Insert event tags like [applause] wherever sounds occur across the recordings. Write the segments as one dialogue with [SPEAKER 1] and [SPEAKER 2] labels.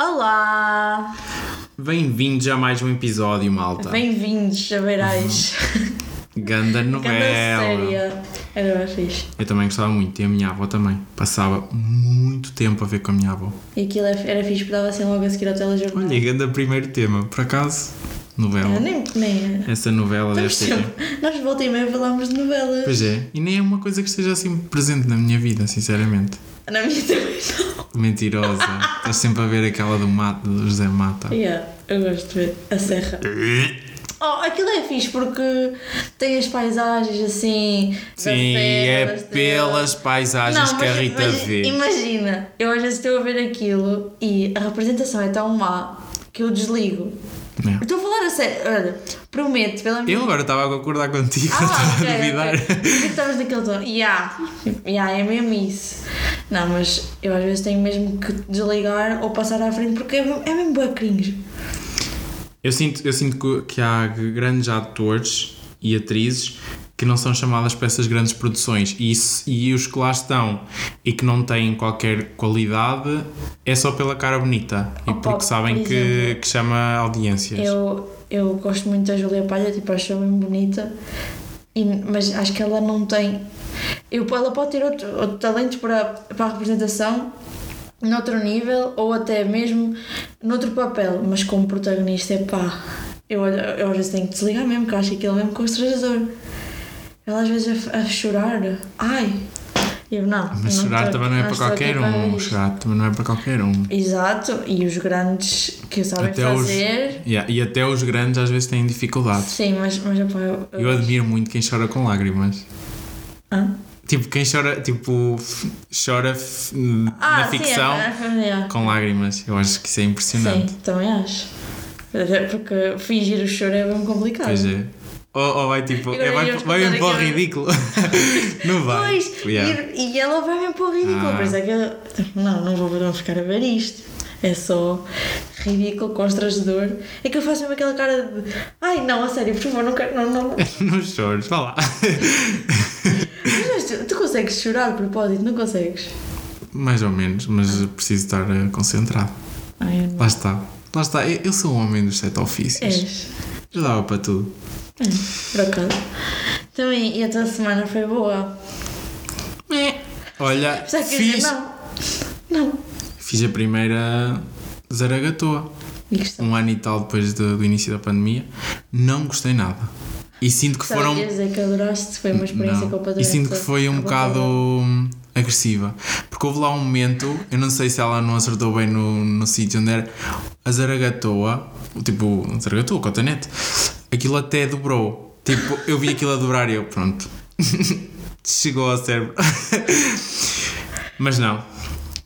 [SPEAKER 1] Olá!
[SPEAKER 2] Bem-vindos a mais um episódio, malta.
[SPEAKER 1] Bem-vindos a Beirais.
[SPEAKER 2] Ganda novela.
[SPEAKER 1] séria. Era mais fixe.
[SPEAKER 2] Eu também gostava muito, e a minha avó também. Passava muito tempo a ver com a minha avó.
[SPEAKER 1] E aquilo é- era fixe, porque dava assim logo a seguir ao telejornal.
[SPEAKER 2] Olha, ganda primeiro tema, por acaso, novela.
[SPEAKER 1] Eu Ah, nem, nem era.
[SPEAKER 2] Essa novela deve
[SPEAKER 1] Estamos
[SPEAKER 2] ser.
[SPEAKER 1] sempre. Nós volta e meia falámos de novelas.
[SPEAKER 2] Pois é, e nem é uma coisa que esteja assim presente na minha vida, sinceramente.
[SPEAKER 1] Na minha também não.
[SPEAKER 2] Mentirosa.
[SPEAKER 1] [laughs]
[SPEAKER 2] Estás sempre a ver aquela do Mato, do José Mata.
[SPEAKER 1] Yeah, eu gosto de ver a serra. Oh, aquilo é fixe porque tem as paisagens assim. da
[SPEAKER 2] Sim,
[SPEAKER 1] serra,
[SPEAKER 2] é
[SPEAKER 1] das
[SPEAKER 2] pelas paisagens que a
[SPEAKER 1] mas-
[SPEAKER 2] Rita
[SPEAKER 1] mas
[SPEAKER 2] vê.
[SPEAKER 1] Imagina, eu às vezes estou a ver aquilo e a representação é tão má que eu desligo.
[SPEAKER 2] É.
[SPEAKER 1] Eu Estou a falar a sério, olha, prometo, pela minha.
[SPEAKER 2] Eu agora estava a concordar [laughs] contigo,
[SPEAKER 1] Ah,
[SPEAKER 2] estava
[SPEAKER 1] ok,
[SPEAKER 2] Tá a duvidar.
[SPEAKER 1] ok. Por que Estamos naquele tom. Ya, ya, é mesmo isso. Não, mas eu às vezes tenho mesmo que desligar ou passar à frente porque é, mesmo- é mesmo bacrinhos.
[SPEAKER 2] Eu sinto, eu sinto que- que há grandes atores e atrizes que não são chamadas para essas grandes produções e, isso- e os que lá estão e que não têm qualquer qualidade é só pela cara bonita e
[SPEAKER 1] Opa,
[SPEAKER 2] porque sabem
[SPEAKER 1] Oh, por
[SPEAKER 2] que,
[SPEAKER 1] exemplo,
[SPEAKER 2] que chama audiências.
[SPEAKER 1] Eu, eu gosto muito da Julia Palha, tipo, acho ela mesmo bonita, e, mas acho que ela não tem. Eu, ela pode ter outro, outro talento para, para a representação, noutro nível, ou até mesmo noutro papel, mas como protagonista é pá. Eu, olho- eu às vezes tenho que desligar mesmo, que eu acho aquilo é mesmo constrangedor. Ela às vezes a, a chorar, ai. Eu não.
[SPEAKER 2] Mas
[SPEAKER 1] não
[SPEAKER 2] chorar
[SPEAKER 1] estou-
[SPEAKER 2] também não é para
[SPEAKER 1] estou aqui
[SPEAKER 2] qualquer
[SPEAKER 1] para
[SPEAKER 2] um.
[SPEAKER 1] isto.
[SPEAKER 2] Chorar também não é para qualquer um.
[SPEAKER 1] Exato, e os grandes que sabem
[SPEAKER 2] Até os-
[SPEAKER 1] fazer.
[SPEAKER 2] Yeah, e até os grandes às vezes têm dificuldades.
[SPEAKER 1] Sim, mas, mas opa, eu, Ah.
[SPEAKER 2] Eu admiro muito quem chora com lágrimas.
[SPEAKER 1] Hã?
[SPEAKER 2] Tipo, quem chora, tipo, f- chora f- hum, na
[SPEAKER 1] sim,
[SPEAKER 2] ficção
[SPEAKER 1] é, é familiar.
[SPEAKER 2] com lágrimas. Eu acho que isso é
[SPEAKER 1] Sim,
[SPEAKER 2] impressionante.
[SPEAKER 1] também acho. Até Porque fingir o choro é bem complicado.
[SPEAKER 2] Pois é. Ou, ou vai tipo,
[SPEAKER 1] Agora
[SPEAKER 2] é, vai,
[SPEAKER 1] íamos
[SPEAKER 2] vai mesmo para
[SPEAKER 1] contar
[SPEAKER 2] o
[SPEAKER 1] aquela-
[SPEAKER 2] ridículo. [laughs] Não vai.
[SPEAKER 1] Pois,
[SPEAKER 2] Yeah.
[SPEAKER 1] e, e ela vai mesmo para o ridículo.
[SPEAKER 2] Ah.
[SPEAKER 1] Por isso é que eu. tipo, Não, não vou não ficar a ver isto. É só ridículo, constrangedor. É que eu faço mesmo aquela cara de. Ai, não, a sério, por favor, não quero. Não,
[SPEAKER 2] [laughs]
[SPEAKER 1] não.
[SPEAKER 2] Não chores, vá lá.
[SPEAKER 1] Mas tu, tu consegues chorar de propósito, não consegues?
[SPEAKER 2] Mais ou menos, mas preciso estar eh, concentrado.
[SPEAKER 1] Ai, eu não.
[SPEAKER 2] Lá está. Lá está. Eu, eu sou um homem dos sete ofícios.
[SPEAKER 1] És. É,
[SPEAKER 2] Já dava para tudo.
[SPEAKER 1] Por acaso. Também, e a tua semana foi boa.
[SPEAKER 2] É. Olha,
[SPEAKER 1] Apesar que eu dizer,
[SPEAKER 2] fiz,
[SPEAKER 1] não. Não.
[SPEAKER 2] fiz a primeira Zaragatoa.
[SPEAKER 1] E gostava.
[SPEAKER 2] um ano e tal depois do, do início da pandemia, não gostei nada. E sinto que
[SPEAKER 1] Foram...
[SPEAKER 2] Hum, foram.
[SPEAKER 1] Sabias dizer que adoraste? Foi uma experiência
[SPEAKER 2] Não.
[SPEAKER 1] completamente.
[SPEAKER 2] E sinto que foi um
[SPEAKER 1] abalada.
[SPEAKER 2] bocado hum, agressiva. Porque houve lá um momento, eu não sei se ela não acertou bem no, no sítio onde era, a Zaragatoa, o tipo, Zaragatoa, Cotonete, aquilo até dobrou. Tipo, eu vi aquilo a dobrar e eu, pronto. Chegou ao cérebro. [laughs] Mas não.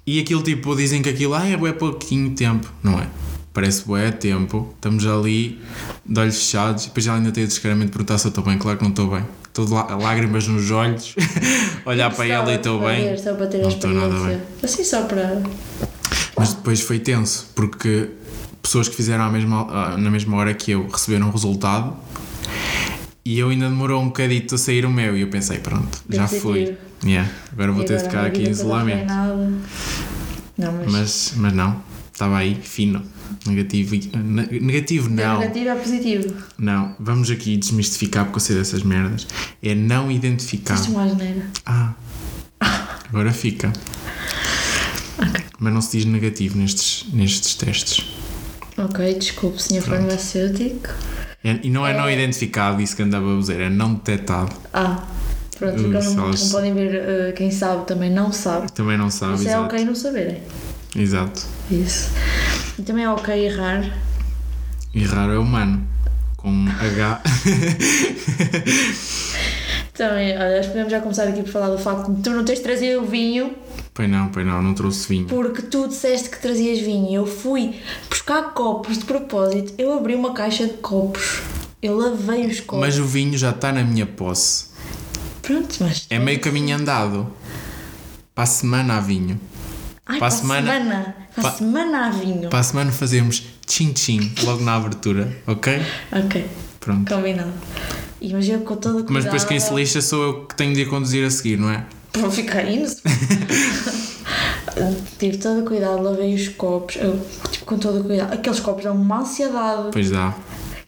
[SPEAKER 2] E aquilo tipo, dizem que aquilo ah, é bué pouquinho tempo. Não é? Parece bué tempo. Estamos ali de olhos fechados. E depois ela ainda tem o descaramento de perguntar se eu estou bem. Claro que não estou bem. Estou de lá- lágrimas nos olhos. [laughs] Olhar para
[SPEAKER 1] Gostava
[SPEAKER 2] ela e
[SPEAKER 1] de
[SPEAKER 2] estou
[SPEAKER 1] fazer,
[SPEAKER 2] bem.
[SPEAKER 1] Só para ter a
[SPEAKER 2] Não estou nada
[SPEAKER 1] experiência. Assim só para.
[SPEAKER 2] Mas depois foi tenso. Porque pessoas que fizeram à mesma, ah, na mesma hora que eu receberam o resultado. E eu ainda demorou um bocadito a sair o meu. E eu pensei, pronto,
[SPEAKER 1] Deve
[SPEAKER 2] já
[SPEAKER 1] ser
[SPEAKER 2] fui.
[SPEAKER 1] tiro.
[SPEAKER 2] Yeah, agora vou
[SPEAKER 1] E
[SPEAKER 2] ter de
[SPEAKER 1] agora
[SPEAKER 2] ficar
[SPEAKER 1] a
[SPEAKER 2] aqui em
[SPEAKER 1] vida toda
[SPEAKER 2] isolamento.
[SPEAKER 1] arruinada. Não, mas.
[SPEAKER 2] Mas, mas não, estava aí, fino. Negativo, ne- negativo
[SPEAKER 1] da
[SPEAKER 2] não.
[SPEAKER 1] Negativo é positivo.
[SPEAKER 2] Não, vamos aqui desmistificar porque eu sei dessas merdas. É não identificar.
[SPEAKER 1] Isto é uma asneira.
[SPEAKER 2] Ah, agora fica. Mas não se diz negativo nestes, nestes testes.
[SPEAKER 1] Ok, desculpe, senhor farmacêutico.
[SPEAKER 2] É- e não é, não identificado, isso que andava a dizer, é não detectado.
[SPEAKER 1] Ah, pronto,
[SPEAKER 2] Ui,
[SPEAKER 1] agora não,
[SPEAKER 2] salas.
[SPEAKER 1] não podem ver. eh, quem sabe também não sabe.
[SPEAKER 2] Também não sabe,
[SPEAKER 1] Isso é
[SPEAKER 2] exato.
[SPEAKER 1] ok não saberem.
[SPEAKER 2] Exato.
[SPEAKER 1] Isso. E também é ok errar.
[SPEAKER 2] Errar é humano. Com H. [laughs]
[SPEAKER 1] Também, olha, acho que podemos já começar aqui por falar do facto de tu não teres trazido o vinho.
[SPEAKER 2] pois não, pois não, não trouxe vinho.
[SPEAKER 1] Porque tu disseste que trazias vinho. Eu fui buscar copos de propósito. Eu abri uma caixa de copos. Eu lavei os copos.
[SPEAKER 2] Mas o vinho já está na minha posse.
[SPEAKER 1] Pronto, mas.
[SPEAKER 2] É meio caminho andado. Para a semana há vinho.
[SPEAKER 1] Ai,
[SPEAKER 2] para
[SPEAKER 1] para
[SPEAKER 2] a
[SPEAKER 1] a
[SPEAKER 2] semana-
[SPEAKER 1] semana. Para a
[SPEAKER 2] pa-
[SPEAKER 1] semana há vinho.
[SPEAKER 2] Para a semana fazemos tchim-tchim logo na abertura, ok?
[SPEAKER 1] Ok,
[SPEAKER 2] Pronto.
[SPEAKER 1] combinado. E mas eu com toda a
[SPEAKER 2] Mas depois quem se lixa sou eu que tenho de ir conduzir a seguir, não é?
[SPEAKER 1] Para ficar indo.
[SPEAKER 2] [laughs]
[SPEAKER 1] Tive todo o cuidado, lavei os copos, eu, tipo, com todo o cuidado. Aqueles copos dão uma ansiedade.
[SPEAKER 2] Pois dá.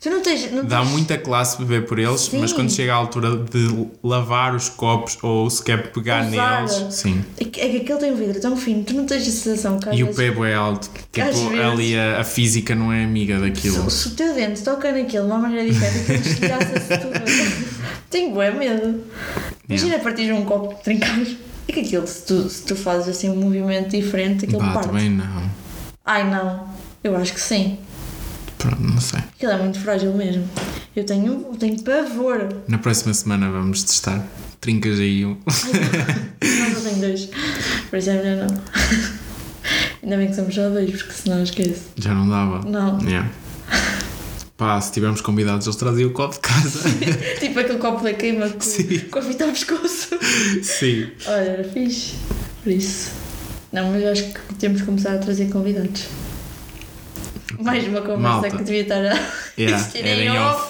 [SPEAKER 1] Tu não tens. Não
[SPEAKER 2] Dá
[SPEAKER 1] tens...
[SPEAKER 2] muita classe beber por eles, mas
[SPEAKER 1] Sim.
[SPEAKER 2] quando chega a altura de lavar os copos ou se quer pegar
[SPEAKER 1] Usar.
[SPEAKER 2] neles, sim.
[SPEAKER 1] É que é que aquele tem um vidro tão fino, tu não tens a sensação que às
[SPEAKER 2] E o
[SPEAKER 1] vezes-
[SPEAKER 2] pebo é alto.
[SPEAKER 1] Às
[SPEAKER 2] Tipo,
[SPEAKER 1] vezes-
[SPEAKER 2] ali a, a física não é amiga daquilo.
[SPEAKER 1] se, se o teu dente toca naquilo de uma maneira diferente, aquilo
[SPEAKER 2] [laughs]
[SPEAKER 1] estilhaça-se tudo. Tenho bué medo. Imagina partir um copo, trincar. É que aquilo, se tu, se tu fazes assim um movimento diferente, aquilo
[SPEAKER 2] Bah,
[SPEAKER 1] parte.
[SPEAKER 2] também não.
[SPEAKER 1] Ai não, eu acho que sim.
[SPEAKER 2] Pronto, não sei.
[SPEAKER 1] Aquilo é muito frágil mesmo. Eu tenho, eu tenho pavor.
[SPEAKER 2] Na próxima semana vamos testar. Trincas aí [laughs] um.
[SPEAKER 1] Mas eu tenho dois. Por isso é melhor não. [laughs] Ainda bem que somos só dois, porque senão eu esqueço.
[SPEAKER 2] Já não dava.
[SPEAKER 1] Não.
[SPEAKER 2] Yeah. Pá, se tivermos convidados, eles traziam o copo de casa.
[SPEAKER 1] [laughs]
[SPEAKER 2] [laughs]
[SPEAKER 1] Tipo aquele copo da queima com,
[SPEAKER 2] Sim.
[SPEAKER 1] com a fita ao pescoço.
[SPEAKER 2] Sim.
[SPEAKER 1] Olha, era fixe. Por isso. Não, mas eu acho que temos que começar a trazer convidados. Mais uma conversa
[SPEAKER 2] Malta.
[SPEAKER 1] que devia estar a
[SPEAKER 2] Yeah,
[SPEAKER 1] [laughs] existir
[SPEAKER 2] era em off.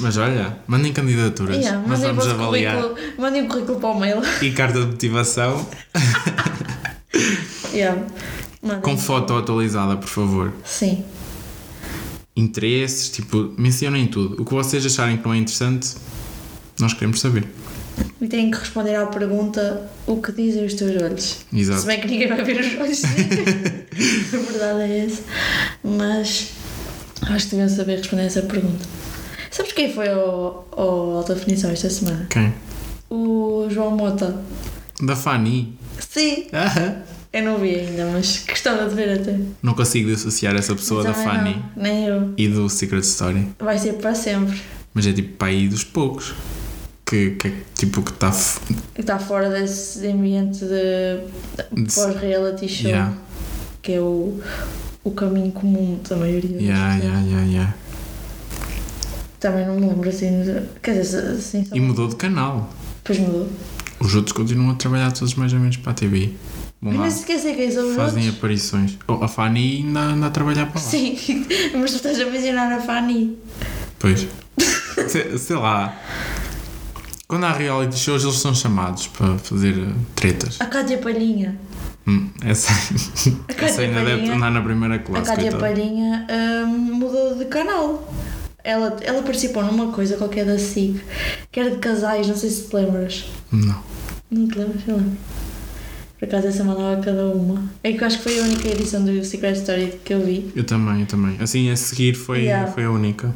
[SPEAKER 2] Mas olha, mandem candidaturas.
[SPEAKER 1] Yeah,
[SPEAKER 2] Nós
[SPEAKER 1] mandem o
[SPEAKER 2] vamos
[SPEAKER 1] vosso
[SPEAKER 2] avaliar.
[SPEAKER 1] currículo- Mandem o currículo para o mail. [laughs]
[SPEAKER 2] E carta de motivação
[SPEAKER 1] Yeah. Mandem.
[SPEAKER 2] com foto atualizada, por favor.
[SPEAKER 1] Sim.
[SPEAKER 2] Interesses, tipo, mencionem tudo. O que vocês acharem que não é interessante, nós queremos saber.
[SPEAKER 1] E têm que responder à pergunta o que dizem os teus olhos.
[SPEAKER 2] Exato.
[SPEAKER 1] Se bem que ninguém vai ver
[SPEAKER 2] [laughs]
[SPEAKER 1] os olhos. [laughs] A verdade é essa. Mas acho que deviam saber responder essa pergunta. Sabes quem foi ao, ao Alta Definição esta semana?
[SPEAKER 2] Quem?
[SPEAKER 1] O João Mota.
[SPEAKER 2] Da Fanny.
[SPEAKER 1] Sim,
[SPEAKER 2] Ah,
[SPEAKER 1] eu não vi ainda, mas gostava de ver até.
[SPEAKER 2] não consigo dissociar essa pessoa da
[SPEAKER 1] Também
[SPEAKER 2] Fanny
[SPEAKER 1] não, nem eu.
[SPEAKER 2] e do Secret Story.
[SPEAKER 1] Vai ser para sempre.
[SPEAKER 2] Mas é tipo para aí dos poucos. Que, que tipo que está. f-
[SPEAKER 1] Está fora desse ambiente de
[SPEAKER 2] de-
[SPEAKER 1] pós-reality show.
[SPEAKER 2] Yeah.
[SPEAKER 1] Que é o, o caminho comum da maioria.
[SPEAKER 2] Yeah,
[SPEAKER 1] das pessoas.
[SPEAKER 2] yeah, yeah, yeah.
[SPEAKER 1] Também não me lembro assim. de- Quer dizer, assim só.
[SPEAKER 2] E mudou de canal.
[SPEAKER 1] Depois mudou.
[SPEAKER 2] Os outros continuam a trabalhar todos mais ou menos para a TV. Vão
[SPEAKER 1] Mas
[SPEAKER 2] lá,
[SPEAKER 1] nem sequer sei quem são os
[SPEAKER 2] fazem
[SPEAKER 1] outros.
[SPEAKER 2] aparições. Oh, a Fanny ainda anda a trabalhar para lá.
[SPEAKER 1] [laughs] Sim, mas tu estás a mencionar a Fanny.
[SPEAKER 2] Pois. sei, sei lá. Quando há reality shows, eles são chamados para fazer eh, tretas.
[SPEAKER 1] A Cátia Palhinha.
[SPEAKER 2] Hum,
[SPEAKER 1] [laughs]
[SPEAKER 2] essa
[SPEAKER 1] A
[SPEAKER 2] essa
[SPEAKER 1] Cátia
[SPEAKER 2] ainda deve
[SPEAKER 1] Palhinha.
[SPEAKER 2] andar na primeira
[SPEAKER 1] A
[SPEAKER 2] classe.
[SPEAKER 1] Cátia
[SPEAKER 2] coitada.
[SPEAKER 1] Palhinha hum, mudou de canal. Ela, ela participou numa coisa qualquer da SIC, que era de casais, não sei se te lembras.
[SPEAKER 2] Não.
[SPEAKER 1] Não te lembras? Eu lembro. Por acaso essa mandava cada uma. É que eu acho que foi a única edição do Secret Story que eu vi.
[SPEAKER 2] Eu também, eu também. Assim, a seguir foi,
[SPEAKER 1] Yeah.
[SPEAKER 2] foi a única.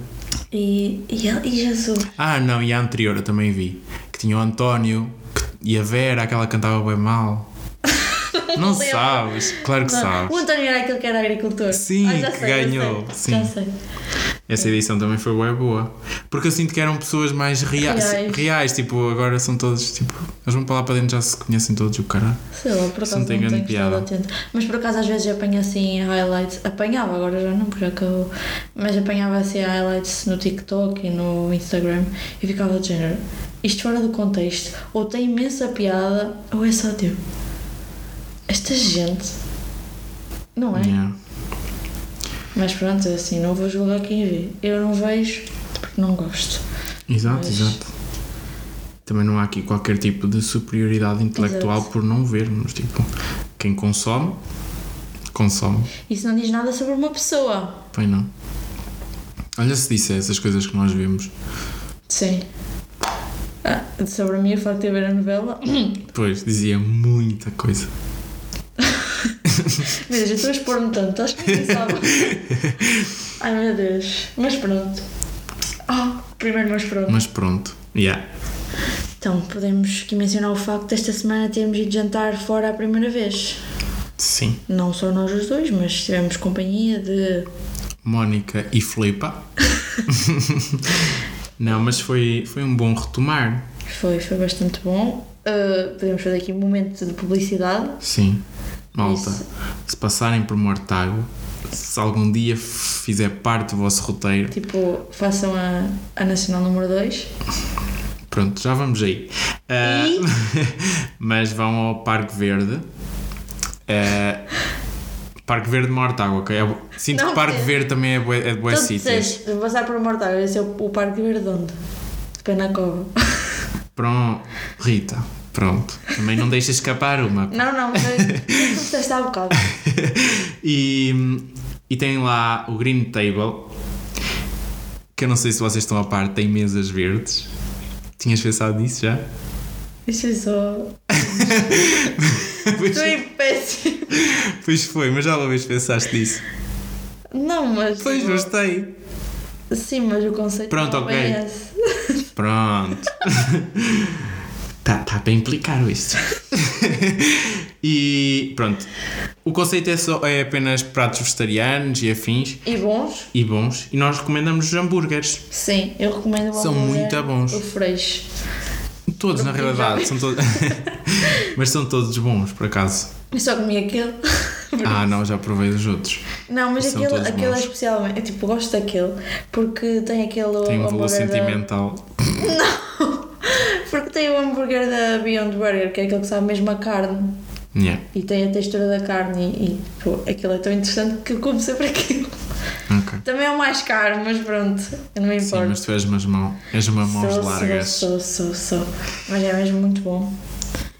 [SPEAKER 1] E, e, ela- e já soube.
[SPEAKER 2] Ah, não, e a anterior eu também vi. Que tinha o António que- e a Vera, aquela que cantava bem mal.
[SPEAKER 1] [laughs]
[SPEAKER 2] Não
[SPEAKER 1] lembro.
[SPEAKER 2] sabes, claro que
[SPEAKER 1] Não, O
[SPEAKER 2] sabes.
[SPEAKER 1] António era aquele que era agricultor. Ah,
[SPEAKER 2] Sim,
[SPEAKER 1] já
[SPEAKER 2] que
[SPEAKER 1] sei, já
[SPEAKER 2] ganhou,
[SPEAKER 1] sei.
[SPEAKER 2] sim.
[SPEAKER 1] Já sei.
[SPEAKER 2] Essa edição também foi bué boa. Porque eu sinto que eram pessoas mais reais,
[SPEAKER 1] Reais.
[SPEAKER 2] reais. Tipo, agora são todos, tipo, eles vão para lá para dentro já se conhecem todos o cara.
[SPEAKER 1] Sei lá, por acaso
[SPEAKER 2] não
[SPEAKER 1] não
[SPEAKER 2] tem
[SPEAKER 1] tenho
[SPEAKER 2] grande
[SPEAKER 1] estado
[SPEAKER 2] piada.
[SPEAKER 1] atenta. Mas por acaso às vezes apanho assim highlights. Apanhava, agora já não, porque acabou. Mas apanhava assim highlights no TikTok e no Instagram e ficava do género. Isto fora do contexto, ou tem imensa piada, ou é só tipo. Esta gente. Não é?
[SPEAKER 2] Yeah.
[SPEAKER 1] Mas pronto, é assim, não vou julgar quem vê. Eu não vejo porque não gosto.
[SPEAKER 2] Exato,
[SPEAKER 1] Mas-
[SPEAKER 2] exato. Também não há aqui qualquer tipo de superioridade intelectual
[SPEAKER 1] Exato.
[SPEAKER 2] por não vermos. Tipo, quem consome, consome.
[SPEAKER 1] Isso não diz nada sobre uma pessoa.
[SPEAKER 2] Pois não. Olha se disse essas coisas que nós vemos.
[SPEAKER 1] Sim. Ah, sobre mim, o facto de eu ver a novela.
[SPEAKER 2] Pois, dizia muita coisa.
[SPEAKER 1] Meu Deus, eu estou a expor-me
[SPEAKER 2] [laughs]
[SPEAKER 1] tanto, acho que não sabe. Ai meu Deus. Mas pronto. Ah, primeiro mas pronto.
[SPEAKER 2] Mas pronto, yeah.
[SPEAKER 1] Então, podemos aqui mencionar o facto desta semana termos ido jantar fora a primeira vez.
[SPEAKER 2] Sim.
[SPEAKER 1] Não só nós os dois, mas tivemos companhia de.
[SPEAKER 2] Mónica e
[SPEAKER 1] [laughs]
[SPEAKER 2] Filipa. não, mas foi, foi um bom retomar.
[SPEAKER 1] Foi, foi bastante bom. Ah, podemos fazer aqui um momento de publicidade.
[SPEAKER 2] Sim. Malta,
[SPEAKER 1] Isso.
[SPEAKER 2] se passarem por Mortágua, se algum dia fizer parte do vosso roteiro,
[SPEAKER 1] Tipo, façam a, a Nacional número 2.
[SPEAKER 2] Pronto, já vamos aí. Ah,
[SPEAKER 1] E?
[SPEAKER 2] [laughs] mas vão ao Parque Verde. Ah, Parque Verde Mortágua, ok? É bo- Sinto
[SPEAKER 1] Não,
[SPEAKER 2] que Parque
[SPEAKER 1] porque-
[SPEAKER 2] Verde também é bué- é de boas
[SPEAKER 1] Todos
[SPEAKER 2] sítios.
[SPEAKER 1] vocês, passar por Mortágua, esse é o, o Parque Verde onde? De pé na cova. [laughs]
[SPEAKER 2] Pronto, Rita, pronto. Também não deixa escapar uma.
[SPEAKER 1] Não,
[SPEAKER 2] [laughs]
[SPEAKER 1] não, mas é tu disseste há bocado.
[SPEAKER 2] E, e tem lá o Green Table, que eu não sei se vocês estão a par, tem mesas verdes. Tinhas pensado nisso já? [laughs]
[SPEAKER 1] Isso é só.
[SPEAKER 2] Pois,
[SPEAKER 1] Tu é péssimo.
[SPEAKER 2] pois foi, mas já uma vez pensaste nisso.
[SPEAKER 1] Não, mas.
[SPEAKER 2] Pois gostei.
[SPEAKER 1] Sim, mas o conceito
[SPEAKER 2] Pronto,
[SPEAKER 1] não
[SPEAKER 2] ok.
[SPEAKER 1] é esse.
[SPEAKER 2] Pronto. [laughs] Está tá para implicar isto. [laughs] e pronto. O conceito é, só, é apenas pratos vegetarianos e afins
[SPEAKER 1] E bons?
[SPEAKER 2] e bons. E nós recomendamos os hambúrgueres.
[SPEAKER 1] Sim, eu recomendo o
[SPEAKER 2] São
[SPEAKER 1] hambúrguer,
[SPEAKER 2] muito bons.
[SPEAKER 1] O freixo.
[SPEAKER 2] Todos, na
[SPEAKER 1] Porque já-
[SPEAKER 2] realidade. São todos... [laughs] Mas são todos bons, por acaso.
[SPEAKER 1] Eu só comi
[SPEAKER 2] [laughs]
[SPEAKER 1] aquele.
[SPEAKER 2] Ah, não, já provei dos outros.
[SPEAKER 1] Não, mas
[SPEAKER 2] São
[SPEAKER 1] aquele,
[SPEAKER 2] todos
[SPEAKER 1] aquele é
[SPEAKER 2] bons.
[SPEAKER 1] especialmente. Eu tipo, gosto daquele porque tem aquele.
[SPEAKER 2] Tem um valor
[SPEAKER 1] hambúrguer da-
[SPEAKER 2] sentimental.
[SPEAKER 1] Porque tem o hambúrguer da Beyond Burger, que é aquele que sabe mesmo a carne.
[SPEAKER 2] Yeah,
[SPEAKER 1] E tem a textura da carne e, e pô, aquilo é tão interessante que eu como sempre aquilo. [laughs]
[SPEAKER 2] ok.
[SPEAKER 1] Também é o mais caro, mas pronto, eu não me
[SPEAKER 2] Sim,
[SPEAKER 1] importo.
[SPEAKER 2] mas tu és umas mãos, és uma mãos
[SPEAKER 1] sou,
[SPEAKER 2] largas.
[SPEAKER 1] sou, sou, sou, sou. Mas é mesmo muito bom.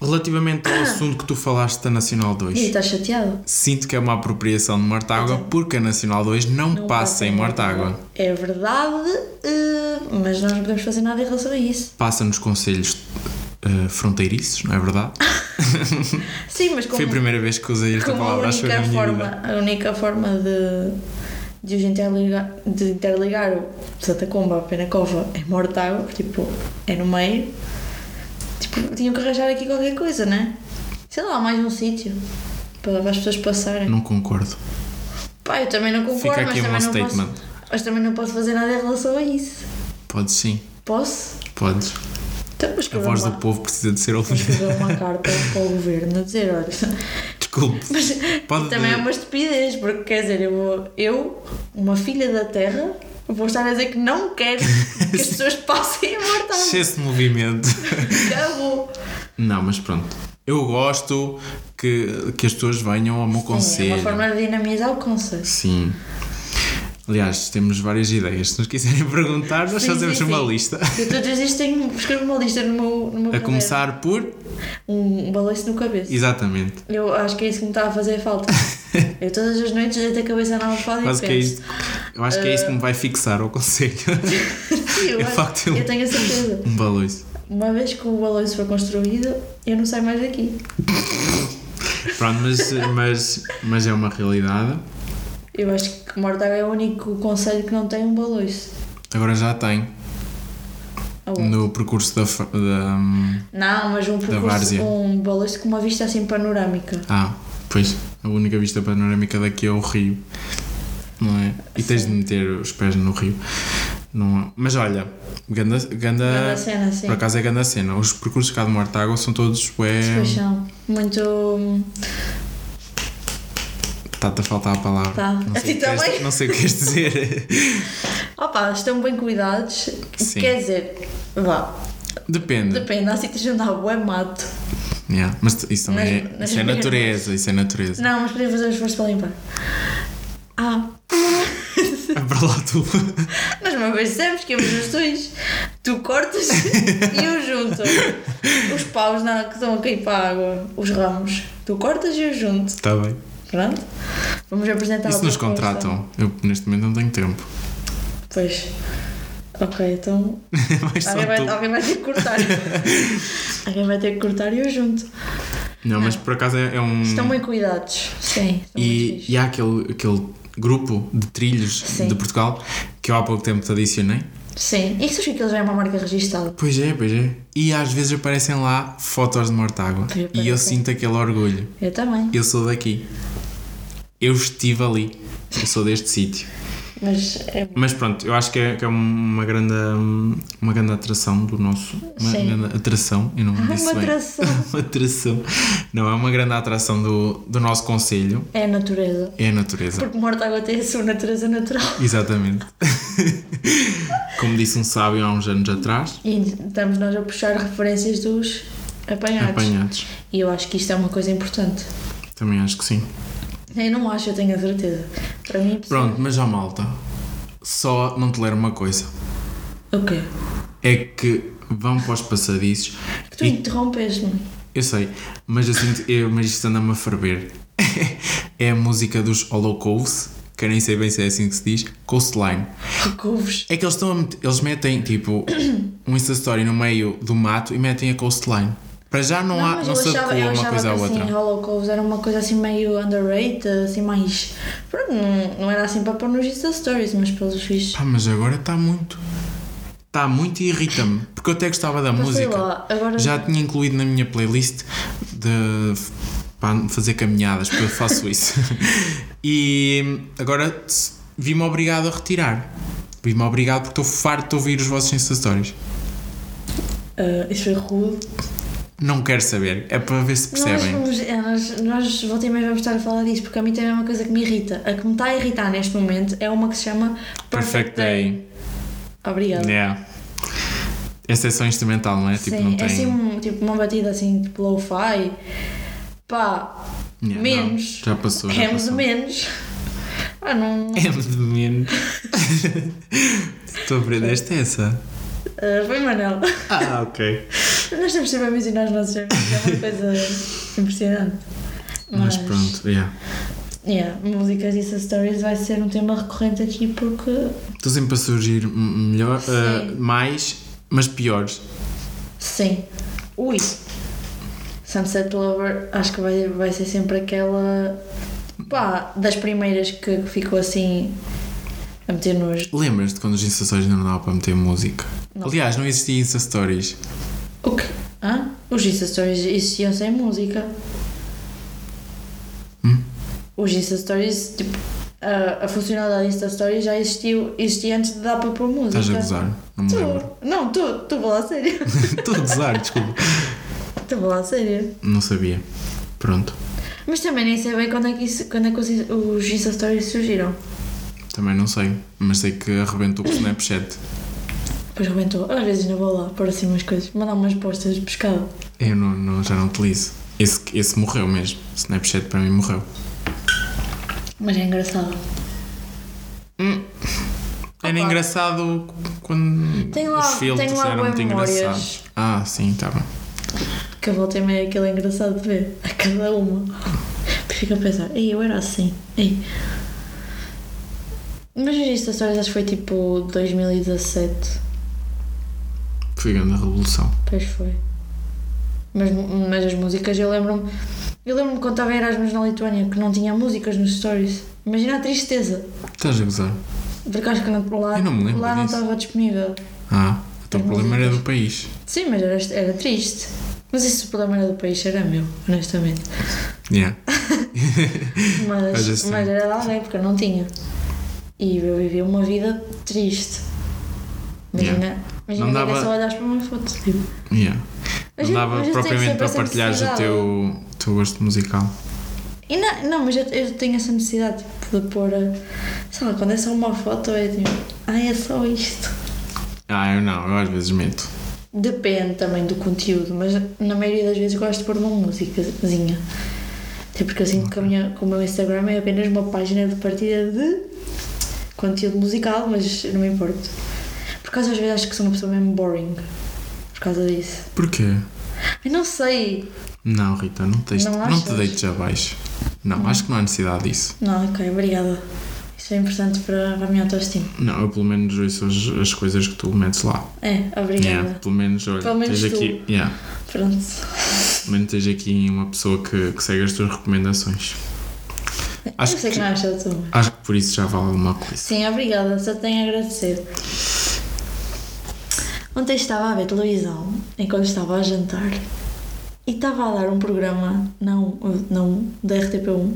[SPEAKER 2] Relativamente
[SPEAKER 1] [coughs]
[SPEAKER 2] ao assunto que tu falaste da Nacional 2.
[SPEAKER 1] E estás chateado?
[SPEAKER 2] Sinto que é uma apropriação de Mortágua porque a Nacional 2 não,
[SPEAKER 1] Então. Não
[SPEAKER 2] passa em Mortágua.
[SPEAKER 1] É verdade, eh, mas nós não podemos fazer nada em relação a isso.
[SPEAKER 2] Passa nos conselhos eh, fronteiriços, não é verdade?
[SPEAKER 1] Sim, mas Ah, como,
[SPEAKER 2] Foi a primeira vez que usei esta
[SPEAKER 1] como a
[SPEAKER 2] palavra, acho que foi na
[SPEAKER 1] única
[SPEAKER 2] minha
[SPEAKER 1] forma,
[SPEAKER 2] vida.
[SPEAKER 1] a única forma de, de os interligar, de interligar o Santa Comba, a Penacova, é Mortágua, tipo, é no meio. Tipo, tinham que arranjar aqui qualquer coisa, né? Sei lá, mais um sítio para para as pessoas passarem.
[SPEAKER 2] Não concordo.
[SPEAKER 1] Pá, eu também não concordo,
[SPEAKER 2] Fica
[SPEAKER 1] mas
[SPEAKER 2] aqui o meu
[SPEAKER 1] também não
[SPEAKER 2] statement.
[SPEAKER 1] posso. Mas também não posso fazer nada em relação a isso.
[SPEAKER 2] Podes sim,
[SPEAKER 1] Posso?
[SPEAKER 2] podes.
[SPEAKER 1] Então, mas
[SPEAKER 2] A
[SPEAKER 1] escrever
[SPEAKER 2] voz
[SPEAKER 1] uma, [laughs]
[SPEAKER 2] do povo precisa de ser
[SPEAKER 1] vou
[SPEAKER 2] ouvida. [laughs]
[SPEAKER 1] escrever uma carta para o governo a dizer, olha.
[SPEAKER 2] Desculpe.
[SPEAKER 1] Mas
[SPEAKER 2] Pode-
[SPEAKER 1] também é uma estupidez, porque quer dizer, eu, vou, eu, uma filha da terra, vou estar a dizer que não
[SPEAKER 2] [laughs]
[SPEAKER 1] quero que as pessoas passem a mortal.
[SPEAKER 2] Excesso de movimento.
[SPEAKER 1] Acabou. é
[SPEAKER 2] Não, mas pronto. Eu gosto que, que as pessoas venham ao meu
[SPEAKER 1] Sim, é
[SPEAKER 2] conselho.
[SPEAKER 1] uma forma de dinamizar o conselho.
[SPEAKER 2] Sim. Aliás, temos várias ideias. Se nos quiserem [laughs] perguntar, nós
[SPEAKER 1] Sim,
[SPEAKER 2] fazemos
[SPEAKER 1] sim,
[SPEAKER 2] uma
[SPEAKER 1] sim.
[SPEAKER 2] lista.
[SPEAKER 1] Eu todos os dias tenho escrevo uma lista no meu, no meu
[SPEAKER 2] A
[SPEAKER 1] caderno.
[SPEAKER 2] começar por.
[SPEAKER 1] um, um balanço no cabeça.
[SPEAKER 2] Exatamente.
[SPEAKER 1] Eu acho que é isso que me está a fazer
[SPEAKER 2] [laughs]
[SPEAKER 1] falta. Eu todas as noites deito a cabeça na almofada e
[SPEAKER 2] Quase
[SPEAKER 1] penso.
[SPEAKER 2] que é isto. Eu acho que é isso que me vai fixar ao conselho. [laughs]
[SPEAKER 1] "Sim, eu,
[SPEAKER 2] Eu
[SPEAKER 1] acho-
[SPEAKER 2] facto, eu-
[SPEAKER 1] eu tenho a certeza.
[SPEAKER 2] um balanço.
[SPEAKER 1] Uma vez que o balanço for construído, eu não saio mais daqui.
[SPEAKER 2] Pronto, mas, mas, mas é uma realidade.
[SPEAKER 1] Eu acho que Mortágua é o único conselho que não tem um balanço.
[SPEAKER 2] Agora já tem.
[SPEAKER 1] Ou-
[SPEAKER 2] No percurso da. fa- da hum,
[SPEAKER 1] Não, mas um percurso,
[SPEAKER 2] várzea.
[SPEAKER 1] um balanço com uma vista assim panorâmica.
[SPEAKER 2] ah, pois. A única vista panorâmica daqui é o rio. Não é? E tens de meter os pés no rio. Não é? Mas olha, ganda, ganda,
[SPEAKER 1] Grande cena, assim.
[SPEAKER 2] Ah, Por acaso é ganda cena. Os percursos cá de Mortágua são todos. Ué,
[SPEAKER 1] Paixão. Muito. hum,
[SPEAKER 2] está-te a faltar a palavra.
[SPEAKER 1] Tá.
[SPEAKER 2] Não,
[SPEAKER 1] A
[SPEAKER 2] sei
[SPEAKER 1] ti
[SPEAKER 2] o que queres-
[SPEAKER 1] também?
[SPEAKER 2] não sei o que queres dizer.
[SPEAKER 1] Opa, estão bem cuidados.
[SPEAKER 2] Sim.
[SPEAKER 1] Quer dizer, vá,
[SPEAKER 2] Depende.
[SPEAKER 1] depende, há sítios onde há bué mato.
[SPEAKER 2] Yeah, Mas t- isso também
[SPEAKER 1] Nas-
[SPEAKER 2] é,
[SPEAKER 1] nas
[SPEAKER 2] isso é
[SPEAKER 1] mesmas.
[SPEAKER 2] natureza, isso é natureza.
[SPEAKER 1] Não, mas podemos fazer um esforço para limpar. Ah,
[SPEAKER 2] É para lá tu.
[SPEAKER 1] Nós uma vez dissemos que íamos os dois. Tu cortas e eu junto. Os paus na, que estão a cair para a água, os ramos. Tu cortas e eu junto.
[SPEAKER 2] Está Tá bem.
[SPEAKER 1] Pronto? Vamos
[SPEAKER 2] E
[SPEAKER 1] apresentar a
[SPEAKER 2] se nos
[SPEAKER 1] proposta.
[SPEAKER 2] contratam? Eu neste momento não tenho tempo. [laughs]
[SPEAKER 1] Pois. Ok, então
[SPEAKER 2] Mas É só
[SPEAKER 1] alguém vai, tá-
[SPEAKER 2] tu.
[SPEAKER 1] alguém vai ter
[SPEAKER 2] [laughs]
[SPEAKER 1] que cortar. alguém vai ter que cortar e eu junto.
[SPEAKER 2] Hum. Não, mas por acaso é, é um.
[SPEAKER 1] Estão bem cuidados. Sim, estão muito
[SPEAKER 2] E,
[SPEAKER 1] fixe.
[SPEAKER 2] e há aquele, aquele grupo de trilhos
[SPEAKER 1] Sim.
[SPEAKER 2] de Portugal que eu há pouco tempo te adicionei.
[SPEAKER 1] Sim. E que sabes que aquilo já é uma marca registada?
[SPEAKER 2] Pois é, pois é. E às vezes aparecem lá fotos de Mortágua.
[SPEAKER 1] Pois
[SPEAKER 2] E eu
[SPEAKER 1] aparecem.
[SPEAKER 2] sinto aquele orgulho.
[SPEAKER 1] Eu também.
[SPEAKER 2] Eu sou daqui. Eu estive ali. Eu sou deste sítio.
[SPEAKER 1] Mas é
[SPEAKER 2] Mas pronto, eu acho que é, que é uma grande hum, uma grande atração do nosso. Uma
[SPEAKER 1] Sim.
[SPEAKER 2] grande atração, eu não disse
[SPEAKER 1] [laughs] uma
[SPEAKER 2] bem.
[SPEAKER 1] atração.
[SPEAKER 2] [laughs] uma atração. Não, é uma grande atração do, do nosso conselho.
[SPEAKER 1] É a natureza.
[SPEAKER 2] É a natureza.
[SPEAKER 1] Porque morta água tem a sua natureza natural. [laughs]
[SPEAKER 2] Exatamente. Como disse um sábio há uns anos atrás,
[SPEAKER 1] E estamos nós a puxar referências dos apanhados.
[SPEAKER 2] apanhados.
[SPEAKER 1] E eu acho que isto é uma coisa importante.
[SPEAKER 2] Também acho que sim.
[SPEAKER 1] Eu não acho, eu tenho a certeza. Para mim,
[SPEAKER 2] Pronto, mas já malta, só não tolero uma coisa.
[SPEAKER 1] O quê?
[SPEAKER 2] É que vão para os passadiços.
[SPEAKER 1] Que tu
[SPEAKER 2] e-
[SPEAKER 1] interrompes-me.
[SPEAKER 2] eu sei, mas eu sinto, eu, mas isto anda-me a ferver. [laughs] é a música dos Holocaust, que eu nem sei bem se é assim que se diz, Coastline.
[SPEAKER 1] Recouves.
[SPEAKER 2] É que eles estão a met- eles metem
[SPEAKER 1] [coughs]
[SPEAKER 2] tipo um Insta Story no meio do mato e metem a coastline. Para já não, há,
[SPEAKER 1] mas
[SPEAKER 2] não
[SPEAKER 1] eu
[SPEAKER 2] se
[SPEAKER 1] achava,
[SPEAKER 2] adequa
[SPEAKER 1] eu
[SPEAKER 2] uma
[SPEAKER 1] achava
[SPEAKER 2] coisa à
[SPEAKER 1] que
[SPEAKER 2] outra.
[SPEAKER 1] assim, Holocaust era uma coisa assim meio underrated, assim mais. Pronto, não, não era assim para pôr nos Insta Stories, mas pelos vistos.
[SPEAKER 2] Pá, mas agora está muito. Está muito e irrita-me. Porque eu até gostava da
[SPEAKER 1] Pá, sei
[SPEAKER 2] música.
[SPEAKER 1] lá, agora-
[SPEAKER 2] Já tinha incluído na minha playlist de para fazer caminhadas, porque eu
[SPEAKER 1] [laughs]
[SPEAKER 2] faço isso. e agora s- vi-me obrigado a retirar. Vi-me obrigado porque estou farto de ouvir os vossos Insta Stories.
[SPEAKER 1] Ah, isso foi rude.
[SPEAKER 2] Não quero saber. É para ver se
[SPEAKER 1] Nós,
[SPEAKER 2] percebem.
[SPEAKER 1] vamos, é, nós, nós voltei mesmo vamos estar a falar disso, porque a mim também é uma coisa que me irrita. A que me está a irritar neste momento é uma que se chama
[SPEAKER 2] Perfect Day.
[SPEAKER 1] Obrigada.
[SPEAKER 2] Yeah. Essa é só instrumental, não é? Tipo,
[SPEAKER 1] Sim,
[SPEAKER 2] não
[SPEAKER 1] é
[SPEAKER 2] tem.
[SPEAKER 1] assim um, tipo uma batida assim, tipo lo-fi. Pá,
[SPEAKER 2] Yeah,
[SPEAKER 1] menos.
[SPEAKER 2] não, já passou. Já
[SPEAKER 1] é de
[SPEAKER 2] passou.
[SPEAKER 1] menos. Ah,
[SPEAKER 2] [laughs]
[SPEAKER 1] não. [laughs]
[SPEAKER 2] Temos de menos. tu aprendeste essa?
[SPEAKER 1] Ah, foi Manel. [laughs]
[SPEAKER 2] Ah, ok.
[SPEAKER 1] Nós estamos sempre a mencionar os nossos amigos, é uma coisa impressionante.
[SPEAKER 2] Mas, pronto, yeah.
[SPEAKER 1] Yeah, músicas e Insta stories vai ser um tema recorrente aqui porque.
[SPEAKER 2] Estou sempre a surgir m- melhor,
[SPEAKER 1] Sim.
[SPEAKER 2] uh, mais, mas piores.
[SPEAKER 1] Sim. Ui! Sunset Lover acho que vai, vai ser sempre aquela. pá, das primeiras que ficou assim. a meter nojo.
[SPEAKER 2] Lembras-te quando os Insta Stories não dava para meter música?
[SPEAKER 1] Não.
[SPEAKER 2] Aliás, não existia Insta Stories.
[SPEAKER 1] O quê? Hã? Os Insta Stories existiam sem música.
[SPEAKER 2] Hum?
[SPEAKER 1] Os Insta Stories, tipo, a, a funcionalidade Insta Stories já existiu, existia antes de dar para pôr música.
[SPEAKER 2] Estás a gozar? Não me lembro.
[SPEAKER 1] Tu, não, tu, tu vou lá a sério. [laughs]
[SPEAKER 2] [laughs] Estou a gozar, desculpa.
[SPEAKER 1] tu vou lá a sério.
[SPEAKER 2] Não sabia. Pronto.
[SPEAKER 1] Mas também nem sei bem quando é que, isso, quando é que os, os Insta Stories surgiram.
[SPEAKER 2] Também não sei. Mas sei que arrebentou com o Snapchat.
[SPEAKER 1] Depois rebentou. Às vezes não vou lá pôr assim umas coisas. Mandar umas postas de pescado.
[SPEAKER 2] Eu não, não- já não utilizo. Esse, esse morreu mesmo. Snapchat para mim morreu.
[SPEAKER 1] Mas é engraçado.
[SPEAKER 2] Era
[SPEAKER 1] Opa.
[SPEAKER 2] engraçado quando
[SPEAKER 1] Tem lá-
[SPEAKER 2] os filtros
[SPEAKER 1] tem lá
[SPEAKER 2] eram muito
[SPEAKER 1] bué memórias.
[SPEAKER 2] engraçados. Ah, sim, está bem.
[SPEAKER 1] Que eu voltei meio aquele é engraçado de ver. A cada uma. Que fica a pensar. Ei, eu era assim. Ei. Mas os Insta Stories acho que foi tipo 2017.
[SPEAKER 2] Foi grande a revolução.
[SPEAKER 1] Pois foi. Mas, mas as músicas, eu lembro-me. Eu lembro-me quando estava em Erasmus na Lituânia que não tinha músicas nos stories. Imagina a tristeza.
[SPEAKER 2] Estás a gozar?
[SPEAKER 1] Porque acho que não- lá,
[SPEAKER 2] Eu não me lembro
[SPEAKER 1] lá não
[SPEAKER 2] disso.
[SPEAKER 1] estava disponível.
[SPEAKER 2] Ah, então o
[SPEAKER 1] Tem
[SPEAKER 2] problema era
[SPEAKER 1] músicas.
[SPEAKER 2] do país.
[SPEAKER 1] Sim, mas era, era triste. Mas isso o problema era do país, era meu, honestamente.
[SPEAKER 2] [coughs] Yeah. Mas
[SPEAKER 1] Mas,
[SPEAKER 2] assim-
[SPEAKER 1] mas era de alguém, porque eu não tinha. E eu vivi uma vida triste. Imagina, imagina
[SPEAKER 2] Não
[SPEAKER 1] que
[SPEAKER 2] dava-
[SPEAKER 1] era só olhares para uma foto. Tipo.
[SPEAKER 2] Yeah.
[SPEAKER 1] Mas
[SPEAKER 2] não
[SPEAKER 1] eu-
[SPEAKER 2] dava
[SPEAKER 1] mas eu tenho
[SPEAKER 2] propriamente
[SPEAKER 1] sempre
[SPEAKER 2] para
[SPEAKER 1] essa
[SPEAKER 2] partilhares o teu, teu gosto musical.
[SPEAKER 1] E não, não mas eu, eu tenho essa necessidade tipo, de pôr. eh, Sei lá, quando é só uma foto, é tipo. Ah, é só isto.
[SPEAKER 2] Ah, eu não, eu às vezes meto.
[SPEAKER 1] Depende também do conteúdo, mas na maioria das vezes gosto de pôr uma musicazinha. Até porque eu sinto que, a minha, que o meu Instagram é apenas uma página de partida de conteúdo musical, mas não me importo. Por causa às vezes acho que sou uma pessoa mesmo boring. Por causa disso.
[SPEAKER 2] Porquê?
[SPEAKER 1] Eu não sei.
[SPEAKER 2] Não, Rita, não, tens,
[SPEAKER 1] Não
[SPEAKER 2] não, te
[SPEAKER 1] achas?
[SPEAKER 2] deites abaixo. Não, acho que não há necessidade disso.
[SPEAKER 1] Não, ok, obrigada. Isso é importante para, para a minha autoestima.
[SPEAKER 2] Não, eu pelo menos ouço as, as coisas que tu metes lá.
[SPEAKER 1] É, obrigada.
[SPEAKER 2] Yeah, pelo menos, olha,
[SPEAKER 1] Pelo menos
[SPEAKER 2] tens
[SPEAKER 1] tu.
[SPEAKER 2] aqui. Yeah.
[SPEAKER 1] Pronto.
[SPEAKER 2] Também tens aqui uma pessoa que, que segue as tuas recomendações. Acho
[SPEAKER 1] eu sei é. que,
[SPEAKER 2] que-
[SPEAKER 1] não acha tu.
[SPEAKER 2] Acho que por isso já vale alguma coisa.
[SPEAKER 1] Sim, obrigada, só tenho a agradecer. Ontem estava a ver televisão enquanto estava a jantar e estava a dar um programa, não, não da RTP1,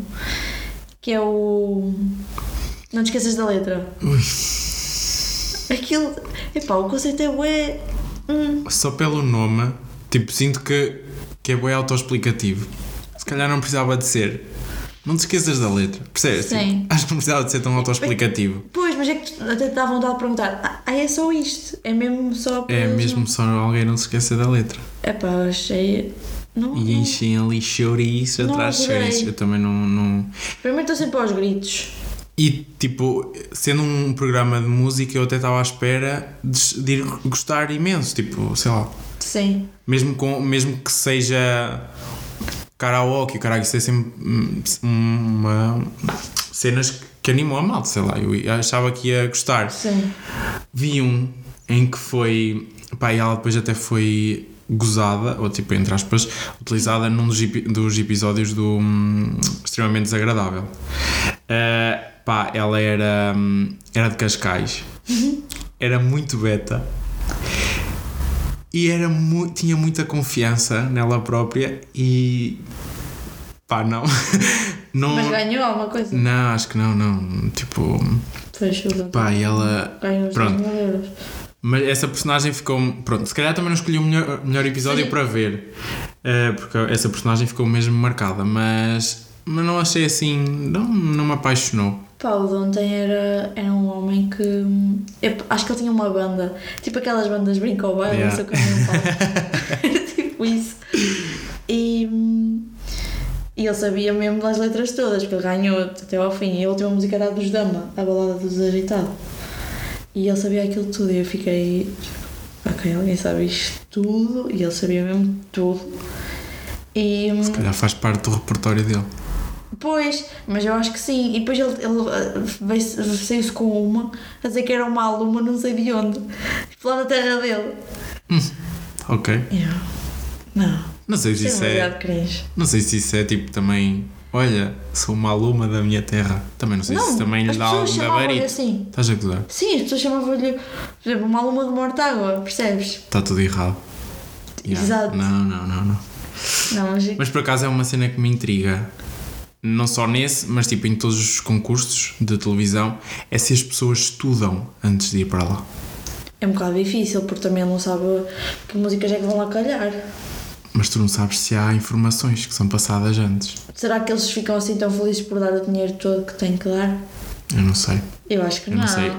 [SPEAKER 1] que é o. Não te esqueças da letra.
[SPEAKER 2] Ui.
[SPEAKER 1] Aquilo. Epá, o conceito é bué. Hum.
[SPEAKER 2] Só pelo nome, tipo, sinto que, que é bem autoexplicativo. Se calhar não precisava de ser. Não te esqueças da letra, percebes?
[SPEAKER 1] Sim.
[SPEAKER 2] Tipo, acho que não precisava de ser tão autoexplicativo.
[SPEAKER 1] Pois, mas é que tu- até te dá vontade de perguntar. "Ah, Ah, é só isto. É mesmo só.
[SPEAKER 2] É
[SPEAKER 1] pelos
[SPEAKER 2] mesmo
[SPEAKER 1] nomes."
[SPEAKER 2] só alguém não se esquecer da letra.
[SPEAKER 1] Epá, eu achei. Não.
[SPEAKER 2] E
[SPEAKER 1] não.
[SPEAKER 2] enchem ali chouriço
[SPEAKER 1] Hum. Não
[SPEAKER 2] atrás de
[SPEAKER 1] adorei.
[SPEAKER 2] chouriço. Eu também não, não.
[SPEAKER 1] Primeiro estou sempre aos gritos.
[SPEAKER 2] E tipo, sendo um programa de música, eu até estava à espera de, de ir gostar imenso. Tipo, sei lá.
[SPEAKER 1] Sim.
[SPEAKER 2] Mesmo, com, mesmo que seja karaoke, caralho, isso é sempre hum, uma. cenas que animam a malta, sei lá. Eu achava que ia gostar.
[SPEAKER 1] Sim.
[SPEAKER 2] Vi um em que foi. Pá, e ela depois até foi gozada, ou tipo, entre aspas, utilizada num dos, epi- dos episódios do hum, Extremamente Desagradável. Ah, pá, ela era, hum, era de Cascais. Era muito beta. E era mu tinha muita confiança nela própria e. pá, não. [laughs] não
[SPEAKER 1] Mas ganhou alguma coisa?
[SPEAKER 2] não, acho que não, não. Tipo,
[SPEAKER 1] Foi chuva.
[SPEAKER 2] Hum. pá, e ela.
[SPEAKER 1] Ganhou os
[SPEAKER 2] Pronto.
[SPEAKER 1] 10 mil euros.
[SPEAKER 2] Mas essa personagem ficou. Pronto, se calhar também não escolhi o melhor, melhor episódio
[SPEAKER 1] Sim.
[SPEAKER 2] para ver. eh, porque essa personagem ficou mesmo marcada. Mas, mas não achei assim. Não, não me apaixonou.
[SPEAKER 1] Paulo de ontem era, era um homem que. hum, eu acho que ele tinha uma banda. Tipo aquelas bandas brinco baile,
[SPEAKER 2] Yeah.
[SPEAKER 1] não sei como é
[SPEAKER 2] [laughs]
[SPEAKER 1] que fala. Era tipo isso. E. hum, E ele sabia mesmo das letras todas, porque ele ganhou até ao fim. E a última música era a dos Dama, a balada do Desagitado. E ele sabia aquilo tudo. E eu fiquei. tipo, Ok, alguém sabe isto tudo. E ele sabia mesmo tudo. E. hum,
[SPEAKER 2] Se calhar faz parte do repertório dele.
[SPEAKER 1] Pois, mas eu acho que sim. E depois ele, ele ah, veio- saiu-se com uma a dizer que era uma aluna, não sei de onde, tipo lá da terra dele.
[SPEAKER 2] Ok.
[SPEAKER 1] Eu, não,
[SPEAKER 2] Não sei se
[SPEAKER 1] isso
[SPEAKER 2] isso
[SPEAKER 1] é
[SPEAKER 2] é.
[SPEAKER 1] demasiado cringe.
[SPEAKER 2] Não sei se isso é tipo também. Olha, sou uma aluna da minha terra. Também não sei se
[SPEAKER 1] não,
[SPEAKER 2] isso também lhe
[SPEAKER 1] as
[SPEAKER 2] dá
[SPEAKER 1] pessoas
[SPEAKER 2] algum
[SPEAKER 1] chamavam-lhe
[SPEAKER 2] gabarito.
[SPEAKER 1] assim.
[SPEAKER 2] Estás a acusar?
[SPEAKER 1] Sim, as pessoas chamavam-lhe, por exemplo, uma aluna de Mortágua, percebes?
[SPEAKER 2] Está tudo errado. Yeah.
[SPEAKER 1] Exato.
[SPEAKER 2] Não, não, não, não.
[SPEAKER 1] Não, mas,
[SPEAKER 2] Mas por acaso é uma cena que me intriga. Não só nesse, mas tipo em todos os concursos de televisão, é se as pessoas estudam antes de ir para lá.
[SPEAKER 1] é um bocado difícil, porque também ele não sabe que músicas é que vão lá calhar.
[SPEAKER 2] Mas tu não sabes se há informações que são passadas antes.
[SPEAKER 1] Será que eles ficam assim tão felizes por dar o dinheiro todo que têm que dar?
[SPEAKER 2] Eu não sei.
[SPEAKER 1] Eu acho que
[SPEAKER 2] Eu não, sei.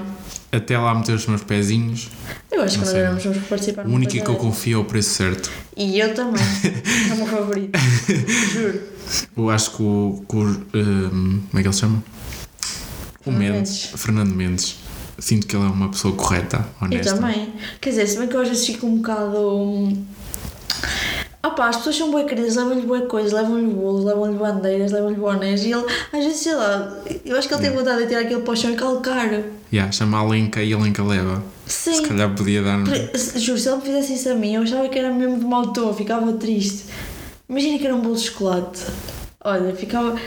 [SPEAKER 2] Até lá meter os meus pezinhos,
[SPEAKER 1] Eu acho
[SPEAKER 2] Não
[SPEAKER 1] que nós
[SPEAKER 2] sei.
[SPEAKER 1] éramos vamos participar
[SPEAKER 2] o
[SPEAKER 1] numa
[SPEAKER 2] único
[SPEAKER 1] coisa
[SPEAKER 2] que eu
[SPEAKER 1] dessas.
[SPEAKER 2] confio é o preço certo.
[SPEAKER 1] E eu também. É o meu favorito. Juro.
[SPEAKER 2] Eu acho que o. que o, hum, como é que ele se chama? O
[SPEAKER 1] Fernando
[SPEAKER 2] Mendes. Fernando Mendes. Sinto que ele é uma pessoa correta,
[SPEAKER 1] Eu
[SPEAKER 2] honesta.
[SPEAKER 1] também. Quer dizer, se bem que eu às vezes fico um bocado. hum, Opá, as pessoas são boas queridas, levam-lhe boa coisa, levam-lhe bolos, levam-lhe bandeiras, levam-lhe bonés e ele, às vezes, sei lá, eu acho que ele tem vontade de tirar aquilo para o chão e calcar.
[SPEAKER 2] Yeah, chama a Lenca e a Lenca leva. Se
[SPEAKER 1] Sim.
[SPEAKER 2] calhar podia dar.
[SPEAKER 1] Pre- se- Juro, se ele me fizesse isso a mim, eu achava que era mesmo de mau tom, ficava triste. Imagina que era um bolo de chocolate. Olha, ficava.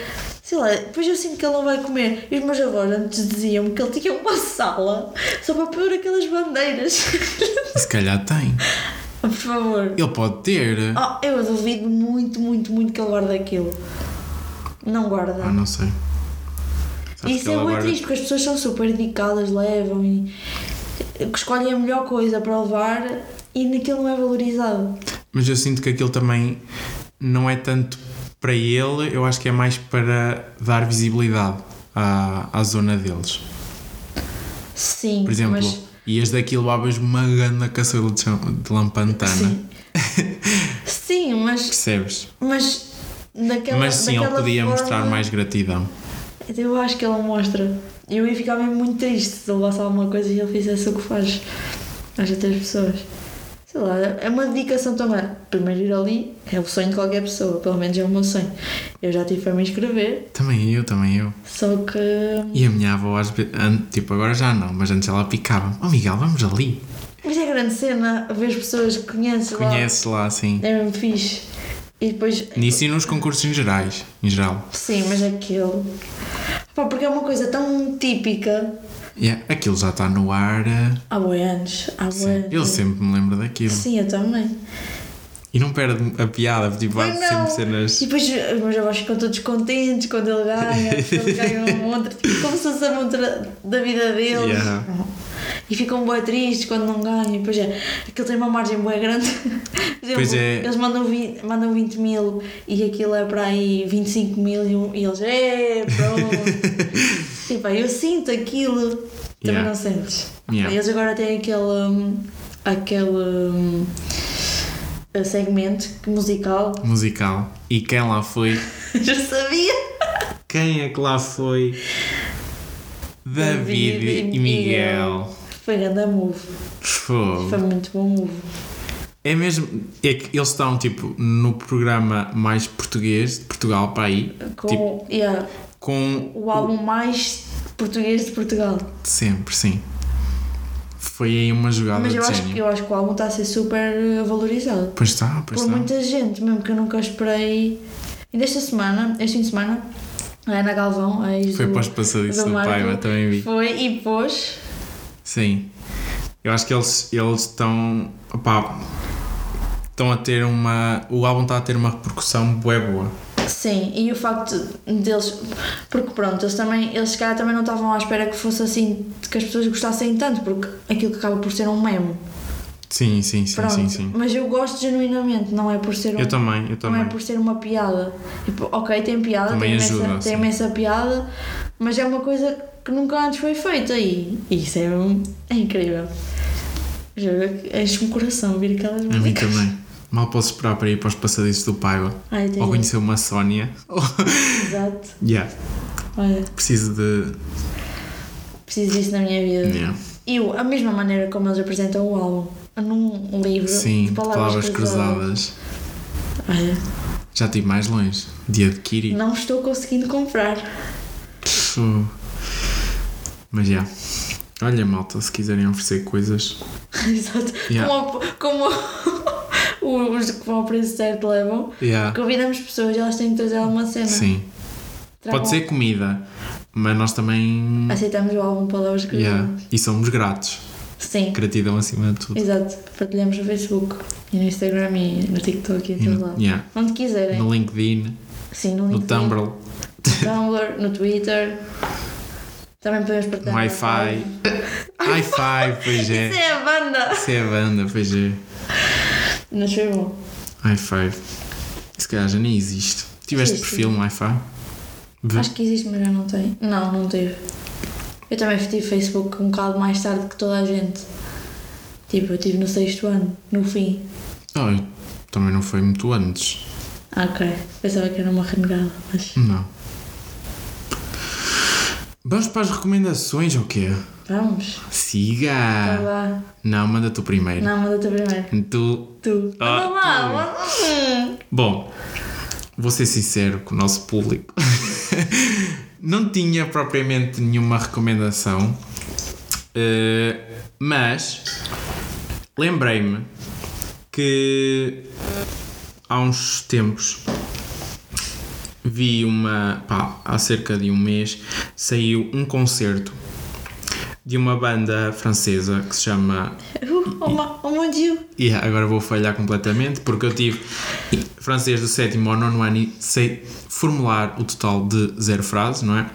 [SPEAKER 1] Sei lá, depois eu sinto que ele não vai comer. E os meus avós antes diziam-me que ele tinha uma sala só para pôr aquelas bandeiras. [laughs]
[SPEAKER 2] Se calhar tem.
[SPEAKER 1] Por favor.
[SPEAKER 2] Ele pode ter.
[SPEAKER 1] Oh, eu duvido muito, muito, muito que ele guarde aquilo. Não guarda.
[SPEAKER 2] Ah, não sei. Sabes
[SPEAKER 1] Isso
[SPEAKER 2] que
[SPEAKER 1] é
[SPEAKER 2] ele
[SPEAKER 1] muito
[SPEAKER 2] agora-
[SPEAKER 1] triste porque as pessoas são super dedicadas, levam e que escolhem a melhor coisa para levar e naquilo não é valorizado.
[SPEAKER 2] Mas eu sinto que aquilo também não é tanto para ele, eu acho que é mais para dar visibilidade à, à zona deles.
[SPEAKER 1] Sim,
[SPEAKER 2] Por exemplo,
[SPEAKER 1] mas,
[SPEAKER 2] ias daqui e levavas uma grande caçoeira de, cham- de lampantana.
[SPEAKER 1] sim. sim, mas,
[SPEAKER 2] Percebes?
[SPEAKER 1] mas naquela
[SPEAKER 2] Mas sim, ele
[SPEAKER 1] daquela
[SPEAKER 2] podia
[SPEAKER 1] forma,
[SPEAKER 2] mostrar mais gratidão.
[SPEAKER 1] Eu acho que ele mostra. Eu ia ficar mesmo muito triste se ele levasse alguma coisa e ele fizesse o que faz às outras pessoas. Sei lá, é uma dedicação tão grande. Primeiro ir ali é o sonho de qualquer pessoa, pelo menos é o meu sonho. Eu já tive para me inscrever,
[SPEAKER 2] Também eu, também eu.
[SPEAKER 1] só que.
[SPEAKER 2] E a minha avó, às vezes, an- tipo, agora já não, mas antes ela picava. Oh Miguel, vamos ali.
[SPEAKER 1] Mas é grande cena ver as pessoas que conheces lá.
[SPEAKER 2] Conheces lá, assim.
[SPEAKER 1] É mesmo fixe. E depois.
[SPEAKER 2] Nisso e nos concursos em gerais, em geral.
[SPEAKER 1] Sim, mas aquilo. Pá, porque é uma coisa tão típica.
[SPEAKER 2] Yeah, aquilo já está no ar. eh,
[SPEAKER 1] Há boi anos, há bué
[SPEAKER 2] sim.
[SPEAKER 1] anos.
[SPEAKER 2] Eu sempre me lembro daquilo.
[SPEAKER 1] Sim, eu também.
[SPEAKER 2] E não perde a piada, tipo, há
[SPEAKER 1] Pois não. Tipo,
[SPEAKER 2] sempre cenas.
[SPEAKER 1] E depois os meus avós ficam todos contentes quando ele ganha, quando ele ganha
[SPEAKER 2] [laughs]
[SPEAKER 1] uma montra, tipo, como se fosse a montra da vida deles.
[SPEAKER 2] Yeah.
[SPEAKER 1] E ficam bem tristes quando não ganham. E depois é, aquilo tem uma margem bem grande. Por exemplo,
[SPEAKER 2] Pois é.
[SPEAKER 1] Eles mandam 20, mandam 20 mil e aquilo é para aí 25 mil e, um- e eles, é, pronto.
[SPEAKER 2] [laughs]
[SPEAKER 1] e pá, eu sinto aquilo. Também
[SPEAKER 2] Yeah.
[SPEAKER 1] não sentes.
[SPEAKER 2] Yeah.
[SPEAKER 1] Eles agora têm aquele. hum, aquele. hum, segmento musical [laughs]
[SPEAKER 2] Musical. E quem lá foi?
[SPEAKER 1] já sabia?
[SPEAKER 2] Quem é que lá foi? David,
[SPEAKER 1] David e
[SPEAKER 2] e Miguel.
[SPEAKER 1] Foi grande move.
[SPEAKER 2] Fogo.
[SPEAKER 1] Foi muito bom move.
[SPEAKER 2] É mesmo. É que eles estão, tipo, no programa mais português de Portugal para aí.
[SPEAKER 1] Com
[SPEAKER 2] Tipo,
[SPEAKER 1] yeah,
[SPEAKER 2] com.
[SPEAKER 1] o álbum mais português de Portugal.
[SPEAKER 2] Sempre, sim. Foi aí uma jogada
[SPEAKER 1] Mas
[SPEAKER 2] de
[SPEAKER 1] eu acho, que-
[SPEAKER 2] gênio.
[SPEAKER 1] eu acho que o álbum está a ser super eh, valorizado.
[SPEAKER 2] Pois está, pois tá.
[SPEAKER 1] Por
[SPEAKER 2] está.
[SPEAKER 1] muita gente, mesmo que eu nunca esperei. E desta semana, este fim de semana, a Ana Galvão, a ex
[SPEAKER 2] Foi
[SPEAKER 1] do,
[SPEAKER 2] para os passadiços
[SPEAKER 1] do
[SPEAKER 2] do,
[SPEAKER 1] Marco,
[SPEAKER 2] Paiva, também vi.
[SPEAKER 1] foi e pôs.
[SPEAKER 2] Sim. Eu acho que eles eles estão. opá, Estão a ter uma. O álbum está a ter uma repercussão bué boa.
[SPEAKER 1] Sim, e o facto deles. Porque pronto, eles também. Eles se calhar também não estavam à espera que fosse assim. que as pessoas gostassem tanto, porque aquilo que acaba por ser um meme.
[SPEAKER 2] Sim, sim, sim,
[SPEAKER 1] Pronto,
[SPEAKER 2] sim, sim.
[SPEAKER 1] mas eu gosto genuinamente, não é por ser um,
[SPEAKER 2] Eu também, eu
[SPEAKER 1] não
[SPEAKER 2] também.
[SPEAKER 1] é por ser uma piada. Tipo, ok, tem piada,
[SPEAKER 2] Também
[SPEAKER 1] tem imensa,
[SPEAKER 2] ajuda,
[SPEAKER 1] tem
[SPEAKER 2] sim.
[SPEAKER 1] imensa piada, mas é uma coisa que nunca antes foi feita e isso é, um- é incrível. Juro que enche-me o coração ouvir aquelas
[SPEAKER 2] A mim
[SPEAKER 1] músicas.
[SPEAKER 2] também. Mal posso esperar para ir para os passadiços do Paiva.
[SPEAKER 1] Ai, tem
[SPEAKER 2] Ou conhecer uma Sónia. [laughs]
[SPEAKER 1] Exato.
[SPEAKER 2] yeah.
[SPEAKER 1] Olha,
[SPEAKER 2] Preciso de.
[SPEAKER 1] preciso disso na minha vida.
[SPEAKER 2] Yeah.
[SPEAKER 1] E o- a mesma maneira como eles apresentam o álbum num livro
[SPEAKER 2] Sim,
[SPEAKER 1] de palavras, cruzadas. Olha,
[SPEAKER 2] Já estive mais longe. De adquirir.
[SPEAKER 1] é? não estou conseguindo comprar. [laughs]
[SPEAKER 2] Pfu. Mas já. Olha, malta, se quiserem oferecer coisas.
[SPEAKER 1] Exato.
[SPEAKER 2] Yeah.
[SPEAKER 1] Como, [laughs] como os que vão ao preço certo levam.
[SPEAKER 2] Yeah.
[SPEAKER 1] Convidamos pessoas, elas têm que trazer alguma cena.
[SPEAKER 2] Ah. Sim.
[SPEAKER 1] Tragam-
[SPEAKER 2] Pode ser comida, mas nós também.
[SPEAKER 1] Aceitamos o álbum Palavras que
[SPEAKER 2] Yeah.
[SPEAKER 1] Usamos.
[SPEAKER 2] E somos gratos.
[SPEAKER 1] Sim,
[SPEAKER 2] Gratidão acima de tudo.
[SPEAKER 1] exato. Partilhamos no Facebook e no Instagram e no TikTok e em
[SPEAKER 2] E
[SPEAKER 1] todo
[SPEAKER 2] no,
[SPEAKER 1] lado.
[SPEAKER 2] yeah.
[SPEAKER 1] Onde quiserem.
[SPEAKER 2] no LinkedIn,
[SPEAKER 1] Sim, no,
[SPEAKER 2] no
[SPEAKER 1] LinkedIn,
[SPEAKER 2] Tumblr,
[SPEAKER 1] no Tumblr, no Twitter. Também podemos partilhar.
[SPEAKER 2] no Hi-Fi. [laughs] Hi-Fi, pois
[SPEAKER 1] Isso
[SPEAKER 2] é.
[SPEAKER 1] é a banda!
[SPEAKER 2] Isso é a banda, pois é.
[SPEAKER 1] Mas foi bom.
[SPEAKER 2] Hum? Hi-Fi. Se calhar já nem existe. Tiveste
[SPEAKER 1] Existe.
[SPEAKER 2] perfil no Hi-Fi? Vê.
[SPEAKER 1] Acho que existe, mas já não tem. Não, não teve. Eu também tive Facebook um bocado mais tarde que toda a gente. Tipo, eu tive no sexto ano, no fim.
[SPEAKER 2] Oh, eu- também não foi muito antes.
[SPEAKER 1] Ah, ok. Pensava que era uma renegada, mas
[SPEAKER 2] Não. Vamos para as recomendações ou quê?
[SPEAKER 1] vamos.
[SPEAKER 2] Siga!
[SPEAKER 1] Tá lá.
[SPEAKER 2] Não, manda tu primeiro.
[SPEAKER 1] Não, manda-te primeiro.
[SPEAKER 2] Tu.
[SPEAKER 1] Tu.
[SPEAKER 2] Ah,
[SPEAKER 1] Manda lá, manda. Hum.
[SPEAKER 2] Bom, vou ser sincero com o nosso público. [laughs] Não tinha propriamente nenhuma recomendação, eh, mas lembrei-me que há uns tempos vi uma. pá, há cerca de um mês saiu um concerto de uma banda francesa que se chama
[SPEAKER 1] Uh, oh, ma- oh mon dieu.
[SPEAKER 2] e agora vou falhar completamente porque eu tive francês do sétimo ao nono ano e sei formular o total de zero frases, não é?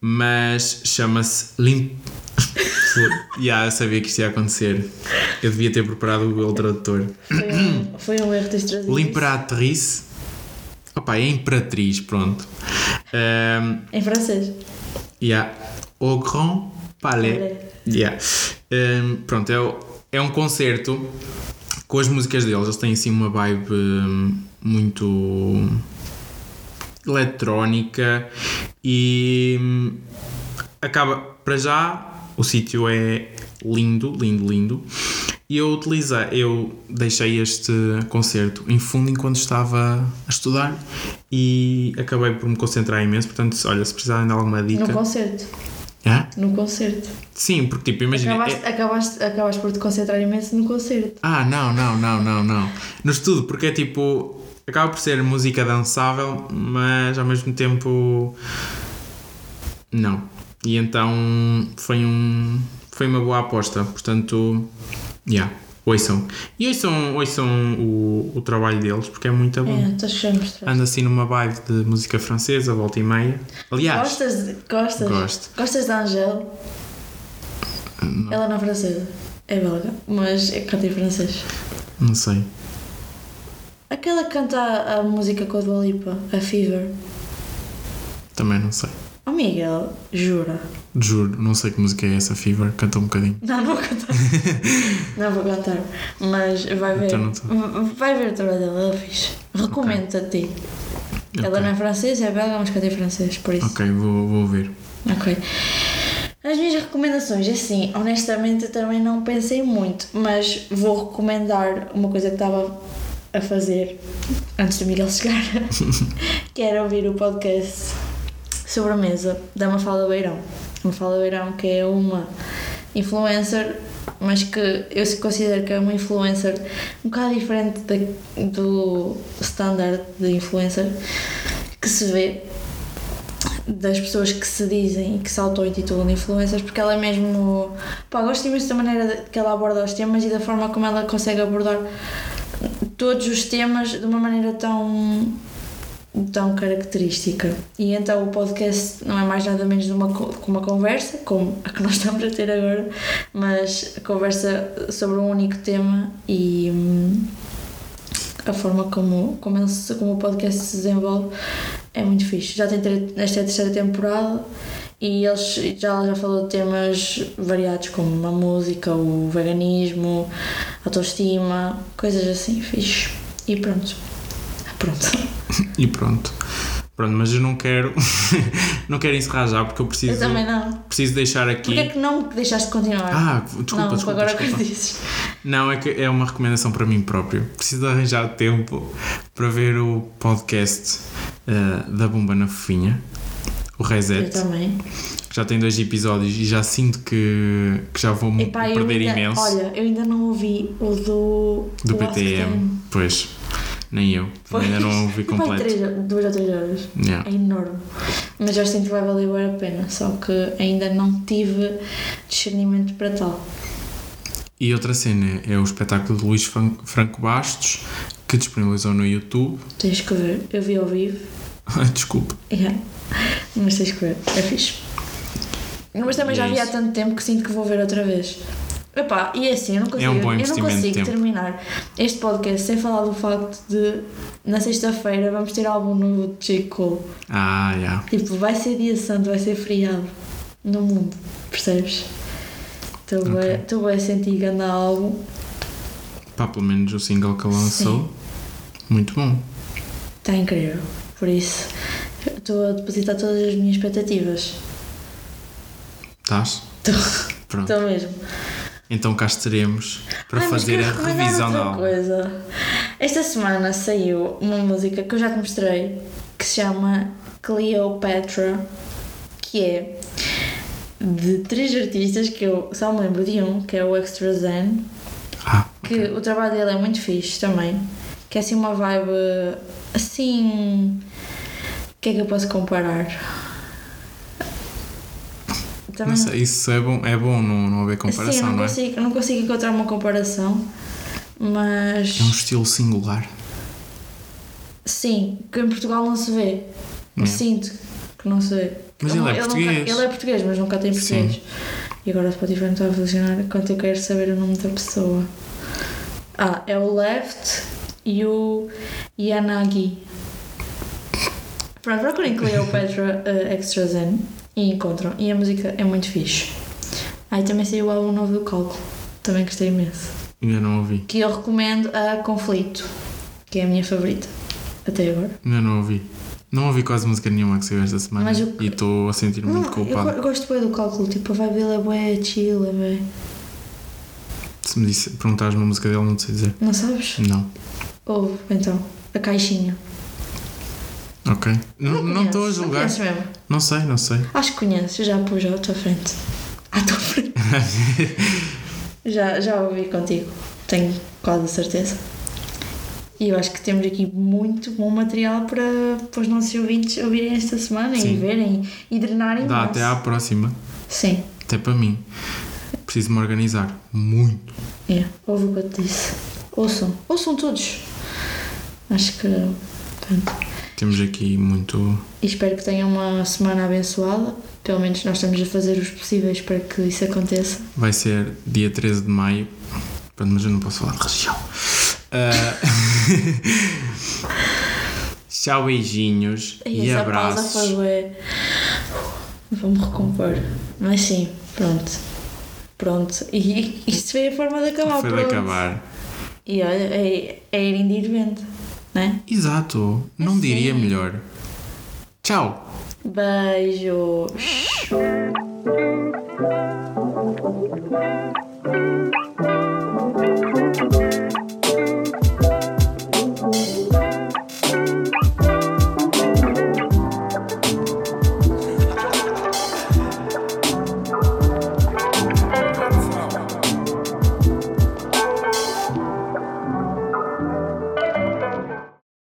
[SPEAKER 2] Mas chama-se limp. yeah, eu sabia que isto ia acontecer. Eu devia ter preparado o Google Tradutor.
[SPEAKER 1] Foi um, foi um erro teres trazido.
[SPEAKER 2] Limperatriz. Opa, é Imperatriz, pronto. Ahm,
[SPEAKER 1] isso. Em francês.
[SPEAKER 2] Yeah. é Au Grand Palais.
[SPEAKER 1] Palais.
[SPEAKER 2] Yeah. Um, pronto, é, o- é um concerto com as músicas deles. Eles têm assim uma vibe um, muito eletrónica e hum, acaba para já. O sítio é lindo, lindo, lindo. E eu utilizei, eu deixei este concerto em fundo enquanto estava a estudar e acabei por me concentrar imenso. Portanto, se- olha, se precisarem de alguma dica.
[SPEAKER 1] No concerto.
[SPEAKER 2] Hã?
[SPEAKER 1] No concerto.
[SPEAKER 2] É? Sim, porque tipo, imagina. é-
[SPEAKER 1] Acabaste, acabaste, acabaste por te concentrar imenso no concerto.
[SPEAKER 2] Ah, não, não, não, não, não. No estudo, porque é tipo. Acaba por ser música dançável, mas ao mesmo tempo. Não. E então foi um. Foi uma boa aposta. Portanto. Yeah. Ouçam. E ouçam, ouçam o, o trabalho deles, porque é muito bom.
[SPEAKER 1] É, estás a mostrar.
[SPEAKER 2] Ando assim numa vibe de música francesa, volta e meia. Aliás,
[SPEAKER 1] Gostas de. Gostas?
[SPEAKER 2] Gosto.
[SPEAKER 1] Gostas da Angèle? Ela não é francesa. É belga, mas é- canta em francês.
[SPEAKER 2] não sei.
[SPEAKER 1] Aquela que canta a, a música com a Dua Lipa, a Fever.
[SPEAKER 2] Também não sei.
[SPEAKER 1] Oh Miguel, jura?
[SPEAKER 2] Juro, não sei que música é essa, Fever. Canta um bocadinho.
[SPEAKER 1] Não, não
[SPEAKER 2] [laughs]
[SPEAKER 1] vou cantar. não vou cantar. Mas vai ver.
[SPEAKER 2] Então não tô.
[SPEAKER 1] v- Vai ver o trabalho dela, ela é fixe. Recomendo-te a ti. Ela
[SPEAKER 2] Ok.
[SPEAKER 1] não é francesa, é belga, mas canta em francês, por isso.
[SPEAKER 2] Ok, vou, vou ouvir.
[SPEAKER 1] Ok. As minhas recomendações, assim, honestamente também não pensei muito, mas vou recomendar uma coisa que estava a fazer antes do Miguel chegar, que era ouvir o podcast Sobremesa da Mafalda Beirão. Mafalda Beirão que é uma influencer, mas que eu se considero que é uma influencer um bocado diferente da- do standard de influencer que se vê das pessoas que se dizem e que se auto-intitulam de influencers, porque ela é mesmo. Pá, gosto imenso da maneira de- que ela aborda os temas e da forma como ela consegue abordar todos os temas de uma maneira tão. tão característica. E então o podcast não é mais nada menos de uma, co- que uma conversa, como a que nós estamos a ter agora, mas conversa sobre um único tema e. hum, a forma como, como, ele se- como o podcast se desenvolve é muito fixe. Já tem tre- esta é a terceira temporada e eles já, ela já falou de temas variados como a música, o veganismo, autoestima, coisas assim fixe. E pronto. Pronto.
[SPEAKER 2] E pronto. Pronto, mas eu não quero. [laughs] não quero encerrar já porque eu
[SPEAKER 1] Eu
[SPEAKER 2] preciso.
[SPEAKER 1] também não.
[SPEAKER 2] Preciso deixar aqui.
[SPEAKER 1] Porquê é que não me deixaste continuar?
[SPEAKER 2] Ah, desculpa,
[SPEAKER 1] não,
[SPEAKER 2] desculpa.
[SPEAKER 1] agora
[SPEAKER 2] desculpa.
[SPEAKER 1] que dizes.
[SPEAKER 2] Não, é que é uma recomendação para mim próprio. Preciso de arranjar tempo para ver o podcast eh, da Bomba na Fofinha, o
[SPEAKER 1] Eu
[SPEAKER 2] Reset.
[SPEAKER 1] também.
[SPEAKER 2] um Já tem dois episódios e já sinto que, que já vou me
[SPEAKER 1] Epá, eu
[SPEAKER 2] perder
[SPEAKER 1] ainda-
[SPEAKER 2] imenso
[SPEAKER 1] Olha, eu ainda não ouvi o do.
[SPEAKER 2] do
[SPEAKER 1] o Aftertime.
[SPEAKER 2] PTM. Pois, nem eu.
[SPEAKER 1] Pois.
[SPEAKER 2] Ainda não ouvi
[SPEAKER 1] Epá,
[SPEAKER 2] completo.
[SPEAKER 1] três- duas ou três horas.
[SPEAKER 2] Yeah.
[SPEAKER 1] É enorme. Mas eu acho que vai valer bué a pena, só que ainda não tive discernimento para tal.
[SPEAKER 2] E outra cena é o espetáculo de Luís Fran- Franco Bastos, que disponibilizou no YouTube. [laughs]
[SPEAKER 1] Tens que ver. Eu vi ao vivo.
[SPEAKER 2] Desculpa.
[SPEAKER 1] Yeah. Mas tens que ver. É fixe. Mas também
[SPEAKER 2] E
[SPEAKER 1] já
[SPEAKER 2] é
[SPEAKER 1] vi há
[SPEAKER 2] isso.
[SPEAKER 1] tanto tempo que sinto que vou ver outra vez. Epá, e é assim, eu não consigo,
[SPEAKER 2] um bom
[SPEAKER 1] eu não
[SPEAKER 2] investimento de
[SPEAKER 1] consigo
[SPEAKER 2] tempo.
[SPEAKER 1] terminar este podcast sem falar do facto de na sexta-feira vamos ter álbum novo de J. Cole.
[SPEAKER 2] Ah, yeah.
[SPEAKER 1] Tipo, vai ser dia santo, vai ser feriado no mundo, percebes? Então, Estou bem-
[SPEAKER 2] Ok.
[SPEAKER 1] estou bem a sentir grande álbum.
[SPEAKER 2] Pá, pelo menos o single que ele lançou. Muito bom.
[SPEAKER 1] Está Tá incrível. Por isso, eu estou a depositar todas as minhas expectativas.
[SPEAKER 2] Estás? Pronto.
[SPEAKER 1] Estou mesmo.
[SPEAKER 2] Então cá estaremos para
[SPEAKER 1] Ai, Ah, mas
[SPEAKER 2] fazer
[SPEAKER 1] quero
[SPEAKER 2] a
[SPEAKER 1] recomendar
[SPEAKER 2] revisão da
[SPEAKER 1] outra
[SPEAKER 2] aula.
[SPEAKER 1] coisa. Esta semana saiu uma música que eu já te mostrei que se chama Cleopatra, que é de três artistas que eu só me lembro de um, que é o Extra Zen,
[SPEAKER 2] Ah,
[SPEAKER 1] que o trabalho dele é muito fixe também. Que é assim uma vibe assim. O que é que eu posso comparar? Também
[SPEAKER 2] não sei, isso é bom, é bom não, não haver comparação,
[SPEAKER 1] Sim, eu não,
[SPEAKER 2] não, é?
[SPEAKER 1] consigo, eu não consigo encontrar uma comparação, mas
[SPEAKER 2] É um estilo singular.
[SPEAKER 1] sim, que em Portugal não se vê. Eu
[SPEAKER 2] É.
[SPEAKER 1] Sinto que não se vê.
[SPEAKER 2] Mas ele é
[SPEAKER 1] nunca-
[SPEAKER 2] português.
[SPEAKER 1] ele é português, mas nunca tem
[SPEAKER 2] Sim.
[SPEAKER 1] português. E agora o Spotify não está a funcionar enquanto eu quero saber o nome da pessoa. Ah, é o Left e o Yanagi. Pronto, procurem Cleopatra eh, Extra Zen e encontram. E a música é muito fixe. Ah, e também saiu o álbum novo do Calco. Também gostei imenso.
[SPEAKER 2] Ainda não ouvi,
[SPEAKER 1] Que eu recomendo a Conflito, que é a minha favorita até agora.
[SPEAKER 2] ainda não ouvi. Não ouvi quase música nenhuma que saiu esta semana
[SPEAKER 1] Mas o-
[SPEAKER 2] e estou a sentir-me
[SPEAKER 1] Não,
[SPEAKER 2] muito culpado.
[SPEAKER 1] Eu, go- eu gosto bem do cálculo, tipo, a vibe dele é bué, chill, é bué.
[SPEAKER 2] Se me disse, perguntares uma música dele, não te sei dizer.
[SPEAKER 1] Não sabes?
[SPEAKER 2] Não.
[SPEAKER 1] Ouve, então, a caixinha.
[SPEAKER 2] Ok. Não não estou a
[SPEAKER 1] conheces,
[SPEAKER 2] julgar.
[SPEAKER 1] Não conheces mesmo.
[SPEAKER 2] Não sei, não sei.
[SPEAKER 1] Acho que conheces, eu já pus à tua frente. À
[SPEAKER 2] [laughs]
[SPEAKER 1] tua frente. já, já ouvi contigo, tenho quase a certeza. E eu acho que temos aqui muito bom material para, para os nossos ouvintes ouvirem esta semana e
[SPEAKER 2] Sim.
[SPEAKER 1] verem e drenarem
[SPEAKER 2] Dá
[SPEAKER 1] imenso.
[SPEAKER 2] até à próxima.
[SPEAKER 1] Sim.
[SPEAKER 2] Até para mim. Preciso me organizar. Muito.
[SPEAKER 1] É, ouve o que eu te disse. Ouçam, ouçam todos. Acho que. Pronto.
[SPEAKER 2] Temos aqui muito.
[SPEAKER 1] E espero que tenham uma semana abençoada. Pelo menos nós estamos a fazer os possíveis para que isso aconteça.
[SPEAKER 2] Vai ser dia 13 de maio. Pronto, mas eu não posso falar de religião. Ah, [laughs] Tchau, beijinhos e,
[SPEAKER 1] essa
[SPEAKER 2] abraços.
[SPEAKER 1] pausa foi bué. Vou-me recompor. Mas sim, pronto. Pronto. E e isto foi a forma de acabar.
[SPEAKER 2] Foi de
[SPEAKER 1] pronto.
[SPEAKER 2] acabar.
[SPEAKER 1] E olha, é, é ir indo e ir vendo, né?
[SPEAKER 2] Exato. Não diria melhor. Tchau.
[SPEAKER 1] Beijos.